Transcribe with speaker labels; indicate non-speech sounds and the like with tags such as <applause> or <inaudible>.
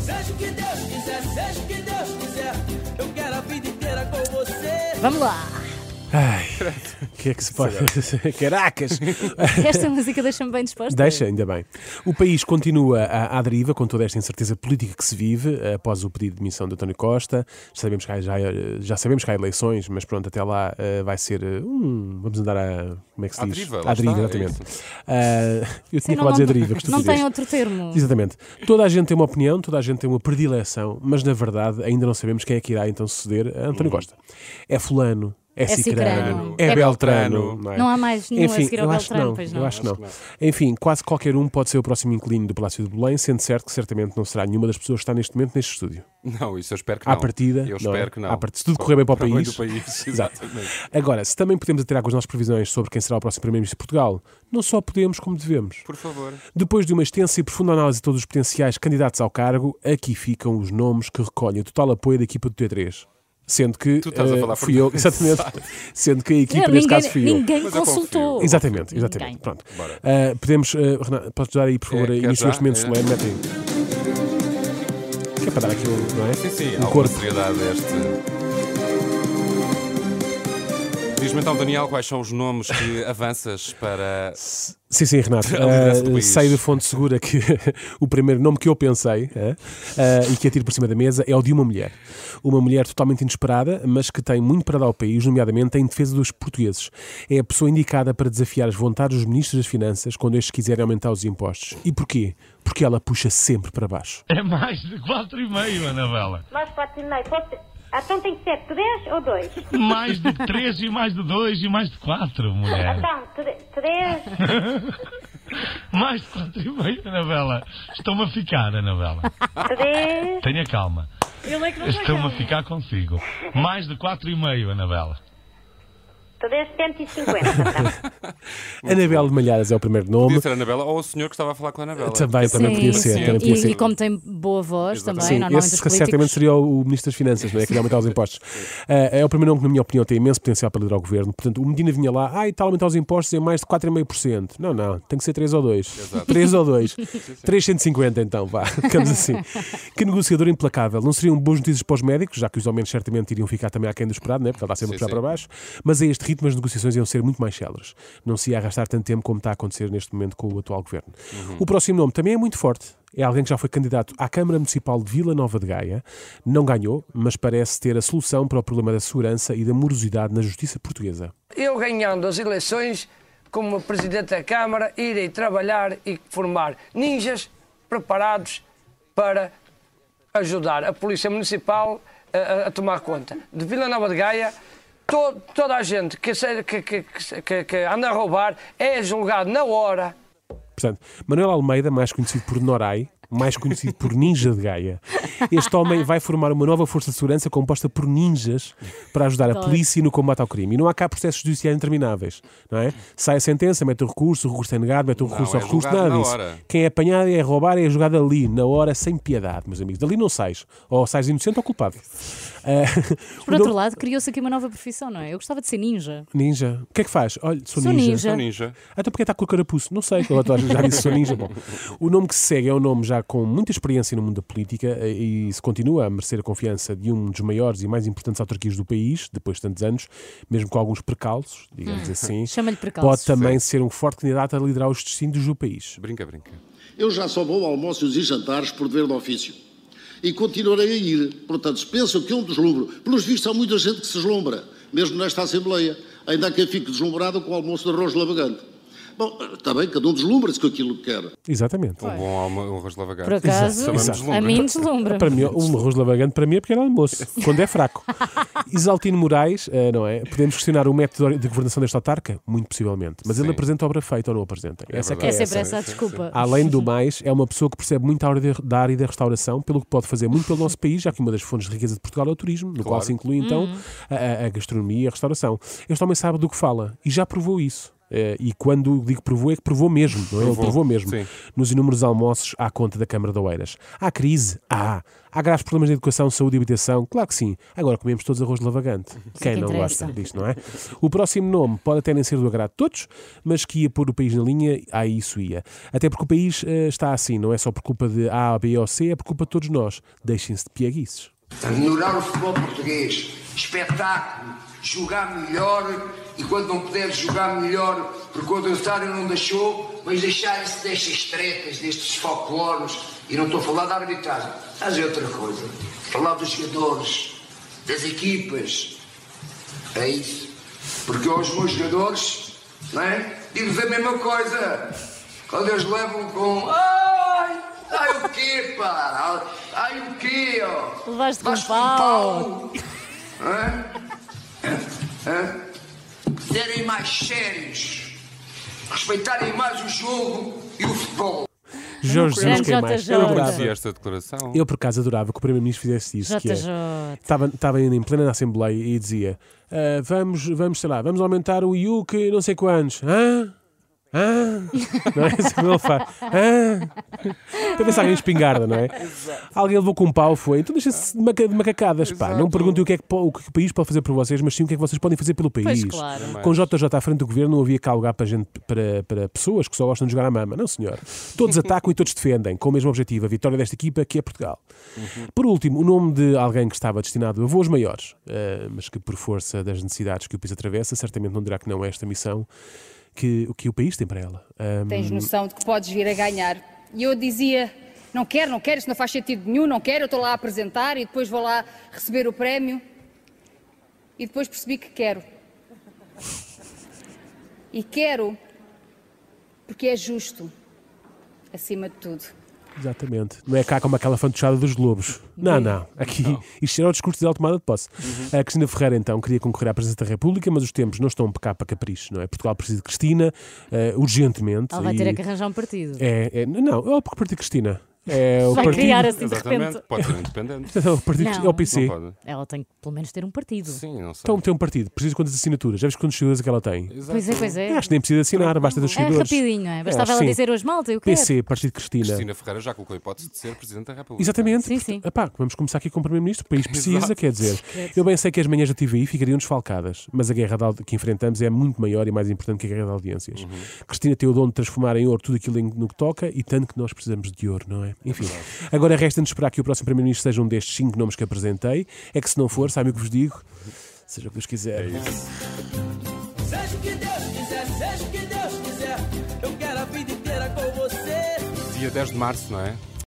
Speaker 1: Seja o que Deus quiser, seja o que Deus quiser. Eu quero a vida inteira com você.
Speaker 2: Vamos lá!
Speaker 3: Ai, o que é que se pode fazer? <laughs> Caracas! <laughs>
Speaker 2: Esta música deixa-me bem disposta.
Speaker 3: Deixa, ainda bem. O país continua à, à deriva com toda esta incerteza política que se vive eh, após o pedido de demissão de António Costa. Sabemos que há- já, eh, já sabemos que há eleições, mas pronto, até lá eh, vai ser. eh, hum, vamos andar a. Como é que se
Speaker 4: À
Speaker 3: diz?
Speaker 4: deriva, lá
Speaker 3: à deriva,
Speaker 4: está, é
Speaker 3: exatamente. Ah, eu tinha acabado de dizer deriva, que
Speaker 2: não
Speaker 3: estupidez.
Speaker 2: tem outro termo.
Speaker 3: Exatamente. Toda a gente tem uma opinião, toda a gente tem uma predileção, mas na verdade ainda não sabemos quem é que irá então suceder a António
Speaker 4: Hum.
Speaker 3: Costa. É Fulano, é, Cicrano,
Speaker 2: Cicrano,
Speaker 3: é,
Speaker 2: é
Speaker 3: Beltrano.
Speaker 4: Beltrano.
Speaker 3: é?
Speaker 2: Não há mais nenhum a
Speaker 3: Enfim,
Speaker 2: seguir ao
Speaker 3: eu acho que
Speaker 2: Beltrano,
Speaker 3: não.
Speaker 2: pois não.
Speaker 3: Eu acho que não. Enfim, quase qualquer um pode ser o próximo inquilino do Palácio de Belém, sendo certo que certamente não será nenhuma das pessoas que está neste momento neste estúdio.
Speaker 4: Não, isso eu espero que
Speaker 3: À
Speaker 4: não.
Speaker 3: partida,
Speaker 4: Eu
Speaker 3: não é?
Speaker 4: espero que não.
Speaker 3: À partida, se tudo correr bem para o
Speaker 4: bem
Speaker 3: país. <laughs>
Speaker 4: do país,
Speaker 3: Exato.
Speaker 4: exatamente.
Speaker 3: Agora, se também podemos atirar com as nossas previsões sobre quem será o próximo Primeiro-Ministro de Portugal, não só podemos, como devemos.
Speaker 4: Por favor.
Speaker 3: Depois de uma extensa e profunda análise de todos os potenciais candidatos ao cargo, aqui ficam os nomes que recolhem o total apoio da equipa do T3. Sendo que
Speaker 4: Tu estás a
Speaker 3: eh,
Speaker 4: falar por
Speaker 3: fui
Speaker 4: mim.
Speaker 3: eu, <laughs> exatamente.
Speaker 4: <laughs>
Speaker 3: Sendo que a equipa,
Speaker 2: Não,
Speaker 3: neste
Speaker 2: ninguém
Speaker 3: caso, fui eu.
Speaker 2: ninguém
Speaker 4: Mas eu
Speaker 2: consultou.
Speaker 4: confio.
Speaker 3: Exatamente,
Speaker 2: Ninguém.
Speaker 3: exatamente. Pronto.
Speaker 4: Bora.
Speaker 3: Ah, podemos, ah, Renato, podes dar aí, por favor,
Speaker 4: É, quer
Speaker 3: início
Speaker 4: já?
Speaker 3: neste momento
Speaker 4: É.
Speaker 3: solene, mete aí. Que é para dar aqui um, não é?
Speaker 4: Sim, sim,
Speaker 3: um
Speaker 4: há uma
Speaker 3: corpo.
Speaker 4: seriedade a este. Diz-me então, Daniel, quais são os nomes
Speaker 3: <laughs>
Speaker 4: que avanças para.
Speaker 3: Sim, sim,
Speaker 4: <laughs>
Speaker 3: Renato.
Speaker 4: A liderança do
Speaker 3: Ah,
Speaker 4: país.
Speaker 3: sei de fonte segura que <laughs> o primeiro nome que eu pensei ah, ah, e que atiro por cima da mesa é o de uma mulher. Uma mulher totalmente inesperada, mas que tem muito para dar ao país, nomeadamente em defesa dos portugueses. É a pessoa indicada para desafiar as vontades dos ministros das Finanças quando estes quiserem aumentar os impostos. E porquê? Porque ela puxa sempre para baixo.
Speaker 5: É mais de 4,5, Anabela.
Speaker 6: Mais quatro e meio. Pode... ser- Ah, Então tem que ser três ou dois?
Speaker 5: Mais de 3 e mais de 2 e mais de 4, mulher.
Speaker 6: Então, tre- três.
Speaker 5: Mais de 4,5, Anabela. Estou-me a ficar, Anabela.
Speaker 6: Três.
Speaker 5: Tenha calma.
Speaker 2: Ele é que não
Speaker 5: Estou-me a ficar consigo. Mais de 4,5, Anabela.
Speaker 6: Três cento e cinquenta. <laughs>
Speaker 3: Anabel de Malhadas é o primeiro nome.
Speaker 4: Podia ser a Anabela ou o senhor que estava a falar com a Anabela.
Speaker 3: Também, também
Speaker 2: Sim,
Speaker 3: podia ser.
Speaker 2: sim.
Speaker 3: Também podia
Speaker 2: e,
Speaker 3: ser.
Speaker 2: e como tem boa voz também,
Speaker 4: Sim,
Speaker 2: normalmente
Speaker 3: esse
Speaker 2: os políticos...
Speaker 3: certamente seria o, o Ministro das Finanças, não é? Que ia aumentar os impostos. Ah, é o primeiro nome que, na minha opinião, tem imenso potencial para liderar o governo. Portanto, o Medina vinha lá, ah, e tal, aumentar os impostos em mais de 4,5%. Não, não, tem que ser 3 ou 2. 3 ou 2. 350, então, vá, <laughs> ficamos assim. Que negociador implacável. Não seriam boas notícias para os médicos, já que os aumentos certamente iriam ficar também aquém do esperado, né? Porque ele está sempre a
Speaker 4: Sim,
Speaker 3: puxar
Speaker 4: sim.
Speaker 3: para baixo. Mas a este ritmo as negociações iam ser muito mais céleres. Não se ia arrastar tanto tempo como está a acontecer neste momento com o atual governo.
Speaker 4: Uhum.
Speaker 3: O próximo nome também é muito forte. É alguém que já foi candidato à Câmara Municipal de Vila Nova de Gaia. Não ganhou, mas parece ter a solução para o problema da segurança e da morosidade na justiça portuguesa.
Speaker 7: eu ganhando as eleições como presidente da Câmara, irei trabalhar e formar ninjas preparados para ajudar a Polícia Municipal a- a, a tomar conta. De Vila Nova de Gaia, to- toda a gente que, se- que- que- que- que- que anda a roubar é julgado na hora.
Speaker 3: Portanto, Manuel Almeida, mais conhecido por Norai, mais conhecido por Ninja de Gaia. Este homem vai formar uma nova força de segurança composta por ninjas para ajudar a polícia no combate ao crime. E não há cá processos judiciais intermináveis, não é? Sai a sentença, mete o recurso, o recurso é negado, mete o recurso
Speaker 4: é
Speaker 3: ao recurso,
Speaker 4: julgado
Speaker 3: nada
Speaker 4: na
Speaker 3: disso.
Speaker 4: hora.
Speaker 3: Quem é apanhado e é roubado é jogado ali, na hora, sem piedade, meus amigos. Dali não sais. Ou sais inocente ou culpado. Ah, <laughs> o
Speaker 2: Por outro
Speaker 3: nome-
Speaker 2: lado, criou-se aqui uma nova profissão, não é? Eu gostava de ser ninja.
Speaker 3: Ninja. O que é que faz? Olha, sou,
Speaker 2: Sou ninja.
Speaker 4: Sou É um ninja.
Speaker 3: ah, Então porque está com o carapuço? Não sei, eu atrás já disse sou ninja. Bom, o nome que se segue é um nome já com muita experiência no mundo da política eh, e se continua a merecer a confiança de um dos maiores e mais importantes autarquias do país, depois de tantos anos, mesmo com alguns precalços, digamos assim.
Speaker 2: Chama-lhe precalços.
Speaker 3: Pode também ser um forte candidato a liderar os destinos do país.
Speaker 4: Brinca, brinca.
Speaker 8: Eu já só vou a almoços e jantares por dever de ofício. E continuarei a ir. Portanto, se pensam que eu me deslumbro, pelos vistos há muita gente que se deslumbra, mesmo nesta Assembleia, ainda que eu fique deslumbrado com o almoço de arroz lavagante. Bom, está bem, cada um deslumbra-se com aquilo que quer.
Speaker 3: Exatamente.
Speaker 4: Um bom alma, um arroz lavagado.
Speaker 2: Por acaso,
Speaker 4: Também me
Speaker 2: a
Speaker 4: deslumbra.
Speaker 2: mim deslumbra.
Speaker 3: Para mim, um arroz lavagante para mim é pequeno almoço, quando é fraco. Isaltino Moraes, eh, não é? Podemos questionar o método de governação desta autarca? Muito possivelmente. Mas ele
Speaker 4: Sim.
Speaker 3: apresenta obra feita ou não apresenta? essa é que
Speaker 2: É
Speaker 4: verdade.
Speaker 2: sempre essa
Speaker 4: Essa,
Speaker 2: a
Speaker 4: sim, sim.
Speaker 2: desculpa.
Speaker 3: Além do mais, é uma pessoa que percebe muito a área de- da área da restauração, pelo que pode fazer muito pelo nosso país, já que uma das fontes de riqueza de Portugal é o turismo, no qual se inclui então a- a, a gastronomia e a restauração. Este homem sabe do que fala e já provou isso. Eh, e quando digo provou, é que provou mesmo, não é? Ele
Speaker 4: Provou,
Speaker 3: provou mesmo.
Speaker 4: sim.
Speaker 3: Nos inúmeros almoços à conta da Câmara de Oeiras. Há crise? Há. Há graves problemas de educação, saúde e habitação? Claro que sim. Agora comemos todos arroz de lavagante. Quem
Speaker 2: que
Speaker 3: não
Speaker 2: interessa.
Speaker 3: gosta disto, não é? O próximo nome pode até nem ser do agrado de todos, mas que ia pôr o país na linha, aí isso ia. Até porque o país eh, está assim, não é só por culpa de A, B ou C, é por culpa de todos nós. Deixem-se de piaguices.
Speaker 9: melhorar o futebol português, espetáculo, jogar melhor e quando não puder jogar melhor, porque o adversário não deixou, mas deixarem-se destas tretas, destes folclores, e não estou a falar da arbitragem, mas é outra coisa. Falar dos jogadores, das equipas, é isso. Porque aos meus jogadores, não é? Digo-vos a mesma coisa. Quando eles levam com. Ai! Ai o quê, pá? Ai o quê, ó?
Speaker 2: Levaste com
Speaker 9: Levaste
Speaker 2: pau.
Speaker 9: Hã? Hã? Serem mais sérios. Respeitarem mais o jogo e o futebol.
Speaker 3: Jorge Jesus,
Speaker 2: Grande
Speaker 3: quem mais?
Speaker 2: JJ.
Speaker 3: Eu
Speaker 4: Se
Speaker 3: adorava.
Speaker 4: esta declaração.
Speaker 3: Eu, por acaso, adorava que o Primeiro-Ministro fizesse isso. que é-
Speaker 2: JJ.
Speaker 3: Estava, estava ainda em plena Assembleia e dizia: "Ah, vamos, vamos, sei lá, vamos aumentar o IUC não sei quantos. Hã? Hã? Não é <laughs> isso que ele faz. Hã? Para ver se alguém espingarda, não é? Alguém levou com um pau, foi. Então deixa-se de, maca- de macacadas. Pá. Não perguntem o que, é que, po- o que o país pode fazer por vocês, mas sim o que é que vocês podem fazer pelo país.
Speaker 2: claro.
Speaker 3: Com JJ à frente do governo não havia cá lugar para, gente, para, para pessoas que só gostam de jogar à mama. Não, senhor. Todos atacam e todos defendem, com o mesmo objetivo, a vitória desta equipa que é Portugal. Por último, o nome de alguém que estava destinado a voos maiores, eh, mas que por força das necessidades que o país atravessa, certamente não dirá que não é esta missão que, que o país tem para ela. Ahm,
Speaker 10: tens noção de que podes vir a ganhar. E eu dizia, não quero, não quero, isto não faz sentido nenhum, não quero, eu estou lá a apresentar e depois vou lá receber o prémio. E depois percebi que quero. E quero porque é justo, acima de tudo.
Speaker 3: Exatamente. Não é cá como aquela fantochada dos lobos. Não, não. Aqui, isto era o discurso da tomada de posse. A Cristina Ferreira, então, queria concorrer à Presidência da República, mas os tempos não estão cá para capricho, não é? Portugal precisa de Cristina, eh, urgentemente.
Speaker 2: Ela vai
Speaker 3: e-
Speaker 2: ter é que arranjar um partido.
Speaker 3: é, é- Não, é o partido Cristina.
Speaker 2: <laughs>
Speaker 3: É o
Speaker 2: vai
Speaker 3: partido.
Speaker 2: criar assim de
Speaker 4: Exatamente,
Speaker 2: repente.
Speaker 4: pode ser independente.
Speaker 3: <laughs> É o partido-
Speaker 2: Não.
Speaker 3: é o <laughs> PC.
Speaker 4: Não pode.
Speaker 2: Ela tem que pelo menos ter um partido.
Speaker 4: Sim, não sei.
Speaker 3: Então tem um partido, precisa de quantas assinaturas? Já viste quantas assinaturas que ela tem?
Speaker 2: Pois é, pois é.
Speaker 3: Acho que nem precisa assinar, basta dos
Speaker 2: É
Speaker 3: seguidores.
Speaker 2: rapidinho, é? Bastava
Speaker 3: Acho
Speaker 2: ela
Speaker 3: sim.
Speaker 2: dizer hoje, malta, eu quero.
Speaker 3: PC, Partido Cristina.
Speaker 4: Cristina Ferreira já colocou a hipótese de ser Presidente da República.
Speaker 3: Exatamente.
Speaker 2: Sim, sim.
Speaker 3: Epá, vamos começar aqui com o Primeiro-Ministro. O <laughs> país precisa,
Speaker 4: Exato.
Speaker 3: quer dizer. Eu bem sei que as manhãs da TVI ficariam desfalcadas, mas a guerra da audi- que enfrentamos é muito maior e mais importante que a guerra de audiências. Cristina tem o dom de transformar em ouro tudo aquilo em- no que toca e tanto que nós precisamos de ouro, não é? Enfim. Agora resta-nos esperar que o próximo Primeiro-Ministro seja um destes cinco nomes que apresentei. É que se não for, sabem o que vos digo? Seja o que Deus quiser.
Speaker 1: Seja o que Deus quiser, seja o que Deus quiser, eu quero a vida inteira com você.
Speaker 4: Dia 10 de março, não é?